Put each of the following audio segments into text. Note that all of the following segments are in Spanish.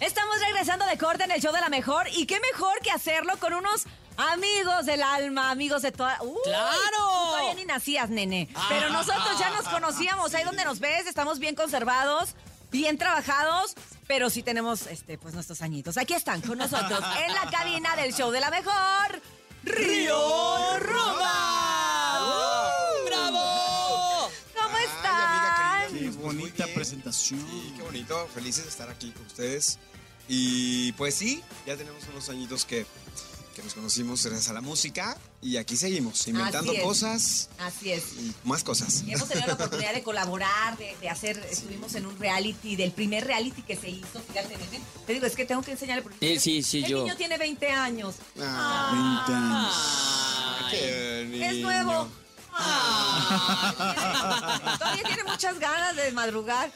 Estamos regresando de corte en el show de la mejor y qué mejor que hacerlo con unos amigos del alma, amigos de toda... ¡Uy! ¡Claro! Tú todavía ni nacías, nene. Pero nosotros ya nos conocíamos, ahí donde nos ves, estamos bien conservados, bien trabajados, pero sí tenemos este, pues, nuestros añitos. Aquí están con nosotros en la cabina del show de la mejor. Río Roma. ¡Bravo! ¿Cómo Ay, amiga están? querida. Qué Pues muy bonita bien. presentación. Sí, qué bonito, felices de estar aquí con ustedes. Y pues sí, ya tenemos unos añitos que, que nos conocimos gracias a la música y aquí seguimos, inventando Así es. cosas Así es. y más cosas. Y hemos tenido la oportunidad de colaborar, de, de hacer, estuvimos en un reality, del primer reality que se hizo, fíjate, nene. Te digo, es que tengo que enseñarle porque Eh, sí, sí, el yo. niño tiene 20 años. Ah, Ay, qué es niño. nuevo. Ay, Todavía tiene muchas ganas de madrugar.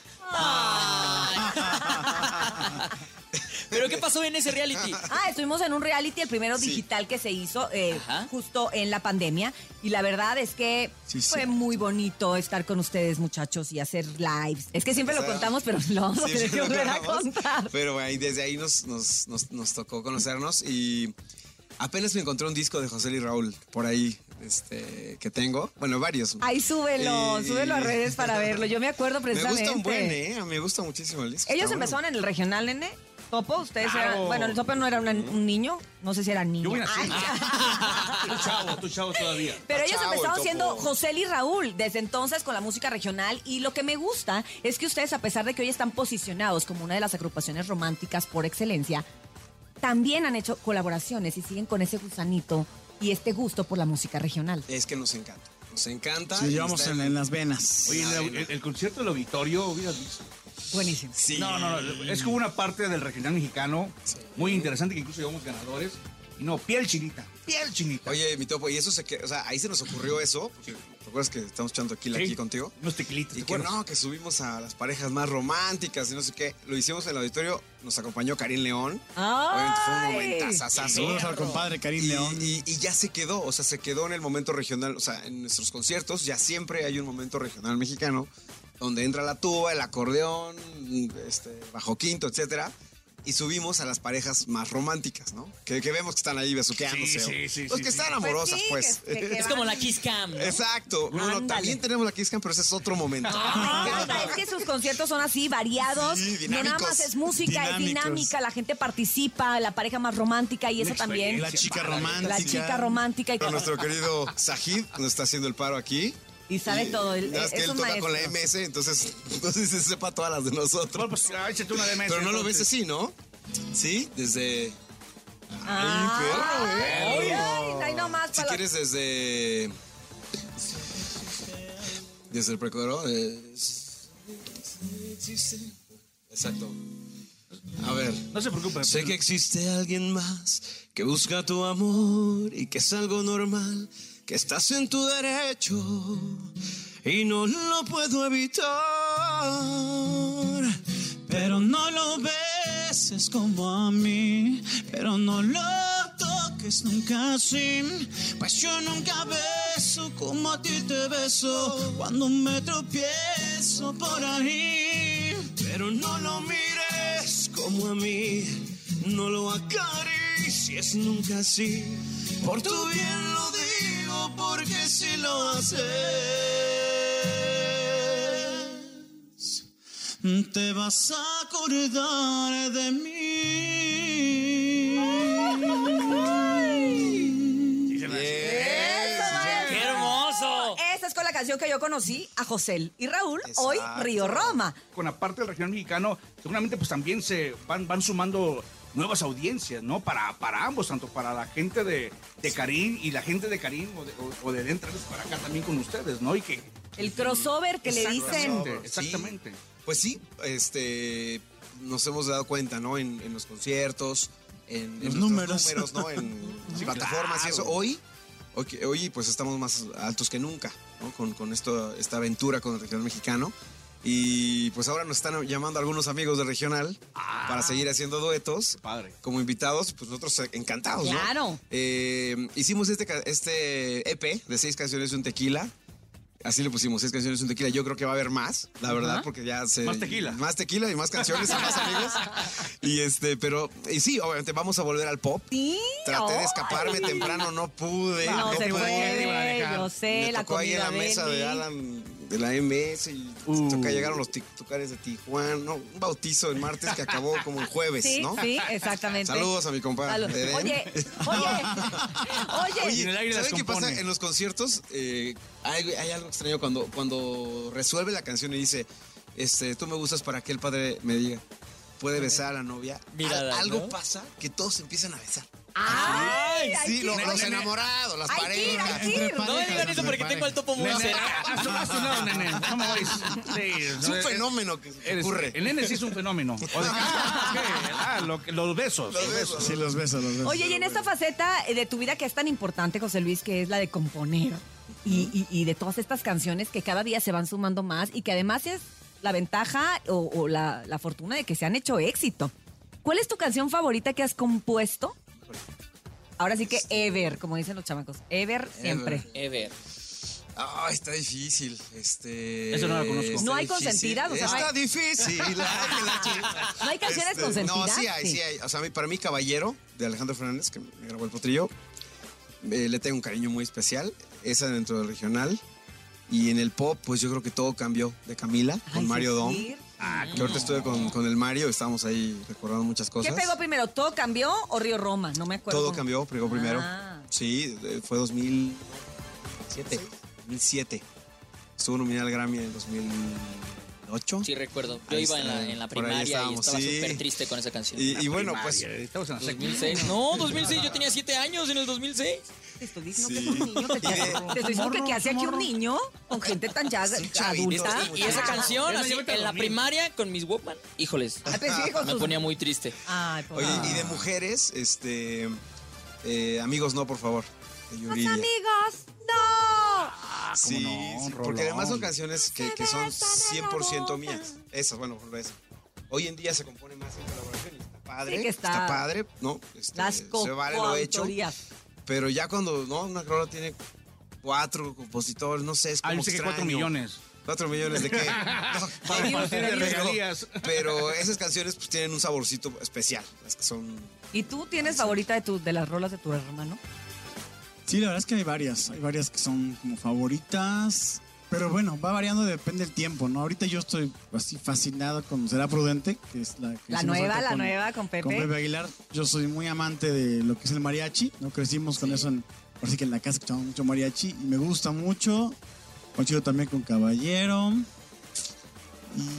¿Pero qué pasó en ese reality? Ah, estuvimos en un reality, el primero Sí. digital que se hizo eh, Ajá. justo en la pandemia. Y la verdad es que Sí, fue cierto. muy bonito estar con ustedes, muchachos, y hacer lives. Es que siempre lo Claro. contamos, pero lo vamos a Sí, tener sí, que lo volver a grabamos, contar. Pero ahí, desde ahí nos, nos, nos, nos tocó conocernos y apenas me encontré un disco de José y Raúl por ahí este, que tengo. Bueno, varios. Ay, súbelo, Y- súbelo a redes para verlo. Yo me acuerdo me precisamente. gusta un buen, ¿eh? Me gusta muchísimo el disco. Ellos está bueno. empezaron en el regional, nene. Topo, ustedes Claro. eran. Bueno, el Topo no era una- un niño, no sé si era niño. Yo voy a Ay, nacer. Tu chavo, tu chavo todavía. Pero Ah, ellos chavo, el empezaron Topo. siendo José y Raúl desde entonces con la música regional y lo que me gusta es que ustedes a pesar de que hoy están posicionados como una de las agrupaciones románticas por excelencia, también han hecho colaboraciones y siguen con ese gusanito y este gusto por la música regional. Es que nos encanta. Nos encanta. Sí, y llevamos está en, en las venas. Oye, el, el- el concierto del auditorio, hubieras visto. Buenísimo. Sí. No, no, no. Es que hubo una parte del regional mexicano muy interesante que incluso llevamos ganadores. Y no, piel chinita, piel chinita. Oye, mi topo, y eso se que, o sea, ahí se nos ocurrió eso, porque te acuerdas que estamos echando tequila Sí, aquí contigo. Unos tequilitos. Y ¿te que acuerdas? no, que subimos a las parejas más románticas y no sé qué. Lo hicimos en el auditorio, nos acompañó Karim León. Obviamente fue un ¡Ay! momentazazazo. Saludos al compadre Karim Y, León. y- y ya se quedó, o sea, se quedó en el momento regional, o sea, en nuestros conciertos ya siempre hay un momento regional mexicano donde entra la tuba, el acordeón, este, bajo quinto, etcétera, y subimos a las parejas más románticas, ¿no? Que, que vemos que están ahí besuqueándose. Sí, sí, o- sí, Los sí, que sí. están Pues amorosas, sí, pues. que- que- que Es van. como la Kiss Cam. ¿no? Exacto. Bueno, Ándale. también tenemos la Kiss Cam, pero ese es otro momento. Me encanta, Ah, es que sus conciertos son así, variados. Sí, no nada dinámicos. más es música, es Dinámicos. dinámica, la gente participa, la pareja más romántica y Una eso también. la chica romántica. La chica romántica y Pero nuestro querido Sajid nos está haciendo el paro aquí. Y sabe Y todo. él- nada más es que él un toca maestro. con la MS, entonces, entonces se sepa todas las de nosotros. Bueno, pues ah, échate una de mes. Pero no lo ves entonces. así, ¿no? Sí, desde. Ah, Ay, perro, ay, eh. ay, ahí nomás Si para- quieres, desde. Desde el precoro. eh, Exacto. A ver. No se preocupe. Sé que existe alguien más que busca tu amor y que es algo normal, que estás en tu derecho y no lo puedo evitar. Pero no lo beses como a mí, pero no lo toques nunca así. Pues yo nunca beso como a ti te beso cuando me tropiezo por ahí. Pero no lo mires como a mí, no lo acaricies nunca así. Por tu bien lo digo, porque si lo haces. Te vas a acordar de mí. ¡Qué hermoso! Esta es con la canción que yo conocí a José y Raúl, hoy Exacto. Río Roma. con la parte del regional mexicano, seguramente pues también se van, van sumando nuevas audiencias, ¿no? Para, para ambos, tanto para la gente de, de Karim y la gente de Karim o de, o, o de dentro para acá también con ustedes, ¿no? Y que El crossover que le dicen. Exactamente, exactamente. Sí, pues sí, este, nos hemos dado cuenta, ¿no? En, en los conciertos, en, en Los nuestros números. ¿no? En plataformas y claro. eso. Hoy, hoy, que- hoy, pues estamos más altos que nunca, ¿no? Con, con esto, esta aventura con el regional mexicano. Y pues ahora nos están llamando algunos amigos del regional Ah. para seguir haciendo duetos. Padre. Como invitados, pues nosotros eh, encantados, ¿no? Claro. E Eh, hicimos este, ca- este EP de seis canciones y un tequila. Así le pusimos, seis canciones, un tequila. Yo creo que va a haber más, la verdad, porque ya se... Más tequila. Más tequila y más canciones y más amigos. Y este, pero... Y sí, obviamente vamos a volver al pop. Sí. Traté de ay. escaparme temprano, no pude. No, se pude. puede, dejar. yo sé, Me la tocó ahí en comida la mesa de Benny. Alan de la MS y Uh. toca- llegaron los tictucares de Tijuana, no, un bautizo el martes que acabó como el jueves, Sí, ¿no? sí, exactamente. Saludos a mi compadre. Salud. Eden. Oye, oye, Oye, Y en oye. el aire ¿saben qué descompone. pasa? En los conciertos eh, hay, hay algo extraño cuando, cuando resuelve la canción y dice, este, tú me gustas para que el padre me diga, ¿puede besar a la novia? Mírala, Al- algo ¿no? pasa que todos empiezan a besar. Ay, Ay, ay, Sí, qué- lo- los enamorados, las Ay, sí, parejas. ay, sí. No me digan eso porque tengo al topo muy Nene, ah, cerca. haz- haz un lado, nene. No me vayas. Sí, Es no, un eh, fenómeno que eres- ocurre. El nene sí es un fenómeno. O de- ah, lo que- los besos. Los besos. Sí, los besos, los besos. Oye, y en esta faceta eh, de tu vida que es tan importante, José Luis, que es la de componer y, y- y de todas estas canciones que cada día se van sumando más y que además es la ventaja o, o la, la fortuna de que se han hecho éxito. ¿Cuál es tu canción favorita que has compuesto? Ahora sí que ever, como dicen los chamacos. Ever siempre. Ever. Ever. Ah, está difícil. Este. Eso no la conozco. está No hay difícil. consentidas, o sea, no está hay- difícil. ay, que la chica. ¿No hay canciones Este, consentidas? No, sí hay, sí, hay. O sea, a mí- para mí, Caballero, de Alejandro Fernández, que me grabó el potrillo, eh, le tengo un cariño muy especial. Esa dentro del regional. Y en el pop, pues yo creo que todo cambió de Camila Ay, con Mario sí, Dom. sí. Ah, Que ahorita estuve con, con el Mario, estábamos ahí recordando muchas ¿Qué cosas. pegó primero? ¿Todo cambió o Río Roma? No me acuerdo. Todo cómo. cambió, pegó primero. Ah. Sí, eh, fue 2007. 2007. Estuvo nominada al Grammy en 2008. Sí, recuerdo. Yo iba en la, en la Por primaria ahí y estaba estábamos, sí. súper triste con esa canción. Y, y bueno, pues Primaria, eh. Estamos en la sec- 2006. No, 2006. Yo tenía 7 años en el 2006. Te estoy diciendo Sí. que es un niño. Te, Y de- te estoy diciendo que, Morro, ¿qué hace aquí un morro. niño con gente tan ya chavito, adulta? pues, sí, Y esa canción, Esa así, llévate a en la dormir. primaria con mis Walkman, híjoles, Ay, pues sí, con me sus- ponía muy triste. Ay, pues, pobre. Oye, y de mujeres, este. eh, amigos, no, por favor. De Los Yuridia. Pues amigos, Ah, no. Sí, no, sí, rolón. porque además son canciones que, que son besan en la 100% boca. mías. Esas, bueno, por eso. Hoy en día se compone más en colaboración y está padre. Sí que está- padre, ¿no? Este, Las se vale lo hecho. coautorías. Pero ya cuando, ¿no? Una rola tiene cuatro compositores, no sé, es como Ah, yo sé que extraño. 4 millones. ¿Cuatro millones de qué? Para partir de regalías. Pero esas canciones pues tienen un saborcito especial, las que son... ¿Y tú tienes favorita de, tu, de las rolas de tu hermano? Sí, la verdad es que hay varias. Hay varias que son como favoritas. Pero bueno, va variando, depende del tiempo, ¿no? Ahorita yo estoy así fascinado con Será Prudente, que es la que La hicimos nueva, ahorita la con- nueva con Pepe. Con Pepe Aguilar. Yo soy muy amante de lo que es el mariachi, ¿no? Crecimos con eso, en, ahora sí que en la casa escuchamos mucho mariachi y me gusta mucho. Coincido también con Caballero.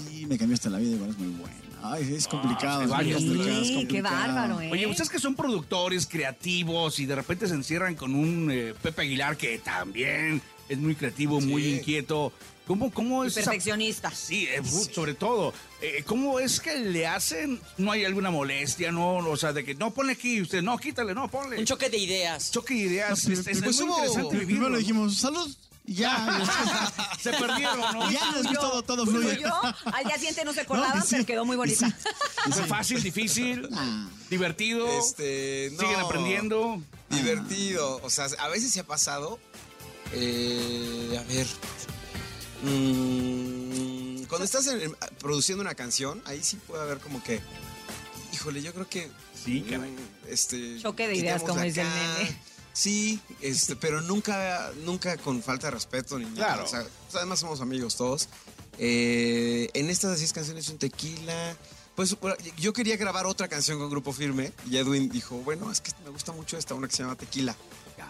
Y me cambiaste la vida, igual es muy buena. Ay, Ah, es complicado. es muy varios, complicado, es Sí, qué complicado. bárbaro, ¿eh? pues, Oye, ustedes que son productores, creativos y de repente se encierran con un eh, Pepe Aguilar que también es muy creativo, muy inquieto. ¿Cómo, cómo Y pues, es? esa- Perfeccionista. Sí, eh, fu- sobre todo. Eh, ¿Cómo es que le hacen? ¿No hay alguna molestia? ¿No? O sea, de que no ponle aquí, usted no, quítale, no, ponle. Un choque de ideas. choque de ideas. No, es, es pues muy hubo- interesante Primero vivirlo. le dijimos, salud, y ya. Se perdieron, ¿no? y ya después todo, todo fluye. Fluyó, al día siguiente no se acordaban, No, sí. pero quedó muy bonita. Y sí, y sí. Fue fácil, difícil, Ah. divertido. Este, no, Siguen aprendiendo. Divertido. O sea, a veces se ha pasado... eh, a ver... mm, cuando estás en- en- produciendo una canción, ahí sí puede haber como que... Híjole, yo creo que Sí, caray. Mm, Este, Choque de ideas, quitémosla como dice el acá. nene. Sí, este, pero nunca, nunca con falta de respeto ni nada. Claro. O sea, pues, además somos amigos todos. Eh, en estas 10 canciones un tequila. Pues por- yo quería grabar otra canción con Grupo Firme y Edwin dijo, bueno, es que me gusta mucho esta, una que se llama Tequila.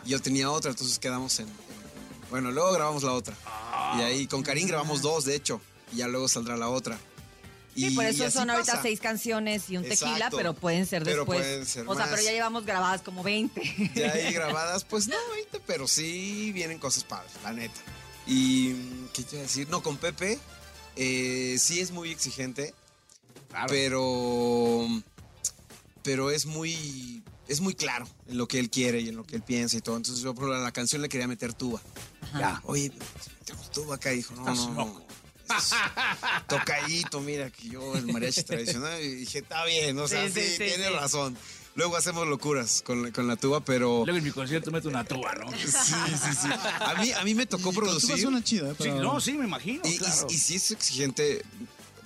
Y yo tenía otra, entonces quedamos en... en- bueno, luego grabamos la otra. Y Ah, ahí con Karim grabamos dos, de hecho. Y ya luego saldrá la otra. Sí, Y- por y eso así son ahorita pasa. seis canciones y un tequila, Exacto. pero pueden ser Pero después. pueden ser o sea, más. pero ya llevamos grabadas como 20. ya ahí grabadas, pues no, 20, pero sí vienen cosas padres, la neta. Y mm, qué quiero decir, no, con Pepe eh, sí es muy exigente, Claro. pero pero es muy es muy claro en lo que él quiere y en lo que él piensa y todo. Entonces yo por ejemplo, a la canción le quería meter tuba. Ya. Oye, si metemos tuba acá, dijo, no, no, Estás no. loco. Es Tocadito, mira, que yo el mariachi tradicional y dije, está bien, o sea, Sí, sí, sí, sí, tiene sí. razón. Luego hacemos locuras con, la- con la tuba, pero. Luego en mi concierto meto una tuba, ¿no? Sí, sí, sí. A mí, a mí me tocó Tú producir. una chida, ¿eh? Sí, Pero- no, sí, me imagino. Y, y- claro. y sí es exigente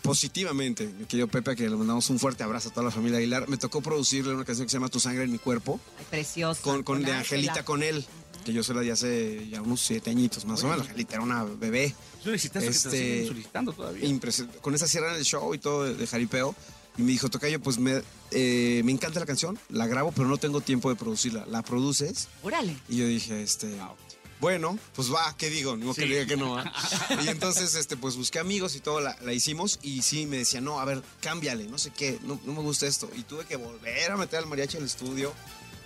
positivamente, mi querido Pepe, a que le mandamos un fuerte abrazo a toda la familia Aguilar. Me tocó producirle una canción que se llama Tu sangre en mi cuerpo, Ay, preciosa. con, con de Ángela. Angelita con él, que yo se la di hace ya unos siete añitos más o menos. Angelita era una bebé. Solicitaste que te este- lo siguen solicitando todavía. impresi- Con esa cierran el show y todo de, de jaripeo. Y me dijo, Tocayo, pues me, eh, me encanta la canción, la grabo, pero no tengo tiempo de producirla. ¿La produces? Órale. Y yo dije, este, bueno, pues va, ¿qué digo? No que Sí. diga que no va. Y entonces, este, pues busqué amigos y todo, la, la hicimos. Y sí, me decía, no, a ver, cámbiale, no sé qué, no, no me gusta esto. Y tuve que volver a meter al mariachi al estudio.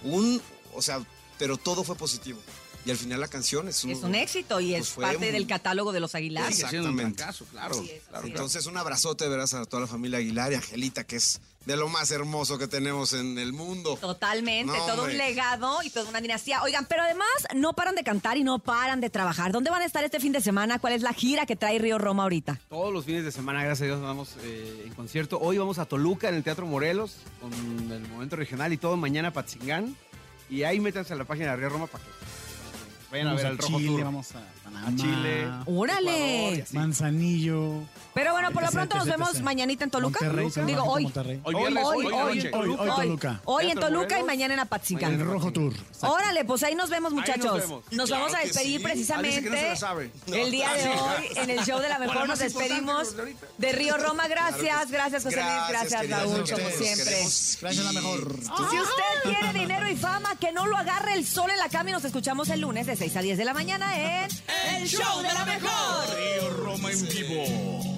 Un, o sea, pero todo fue positivo. Y al final la canción es un, Es un éxito y Pues es fue parte un- del catálogo de los Aguilar. Sigue siendo Ah, un exactamente. caso, claro. Así es, claro, así claro. Entonces, un abrazote, verás, a toda la familia Aguilar y Angelita, que es de lo más hermoso que tenemos en el mundo. Totalmente, No, todo un hombre. legado y toda una dinastía. Oigan, pero además no paran de cantar y no paran de trabajar. ¿Dónde van a estar este fin de semana? ¿Cuál es la gira que trae Río Roma ahorita? Todos los fines de semana, gracias a Dios, vamos eh, en concierto. Hoy vamos a Toluca en el Teatro Morelos con el Momento Regional y todo. Mañana a Patzingán. Y ahí métanse a la página de Río Roma para que vayan a Vamos ver a al Rojo Chile, Tour. Vamos a Panamá, uh, A Chile. ¡Órale! Ecuador y así. Manzanillo. Pero bueno, por lo Etcétera, pronto nos etcétera, vemos etcétera. mañanita en Toluca. Monterrey, San Digo Bajito, hoy. Monterrey. Hoy viernes, hoy, hoy, de hoy, noche. hoy, hoy, Hoy, Toluca. hoy en Teatro Toluca y Morelos. mañana en Apatzingán. El Mañana. Rojo Tour. Exacto. Órale, pues ahí nos vemos, nos muchachos. nos vemos. Claro vamos a que despedir sí. Ah, dice que no se precisamente la sabe. el día de Ah, hoy en el show de la mejor. Bueno, nos más importante, despedimos los de ahorita. de Río Roma. Gracias, Claro que sí. gracias, José Luis. Gracias, queridos Raúl, ustedes, como los siempre. ¡Ah! queremos. Gracias, la Y- mejor. Si usted tiene dinero y fama, que no lo agarre el sol en la cama y nos escuchamos el lunes de 6 a 10 de la mañana en El Show de la Mejor. Roma en vivo.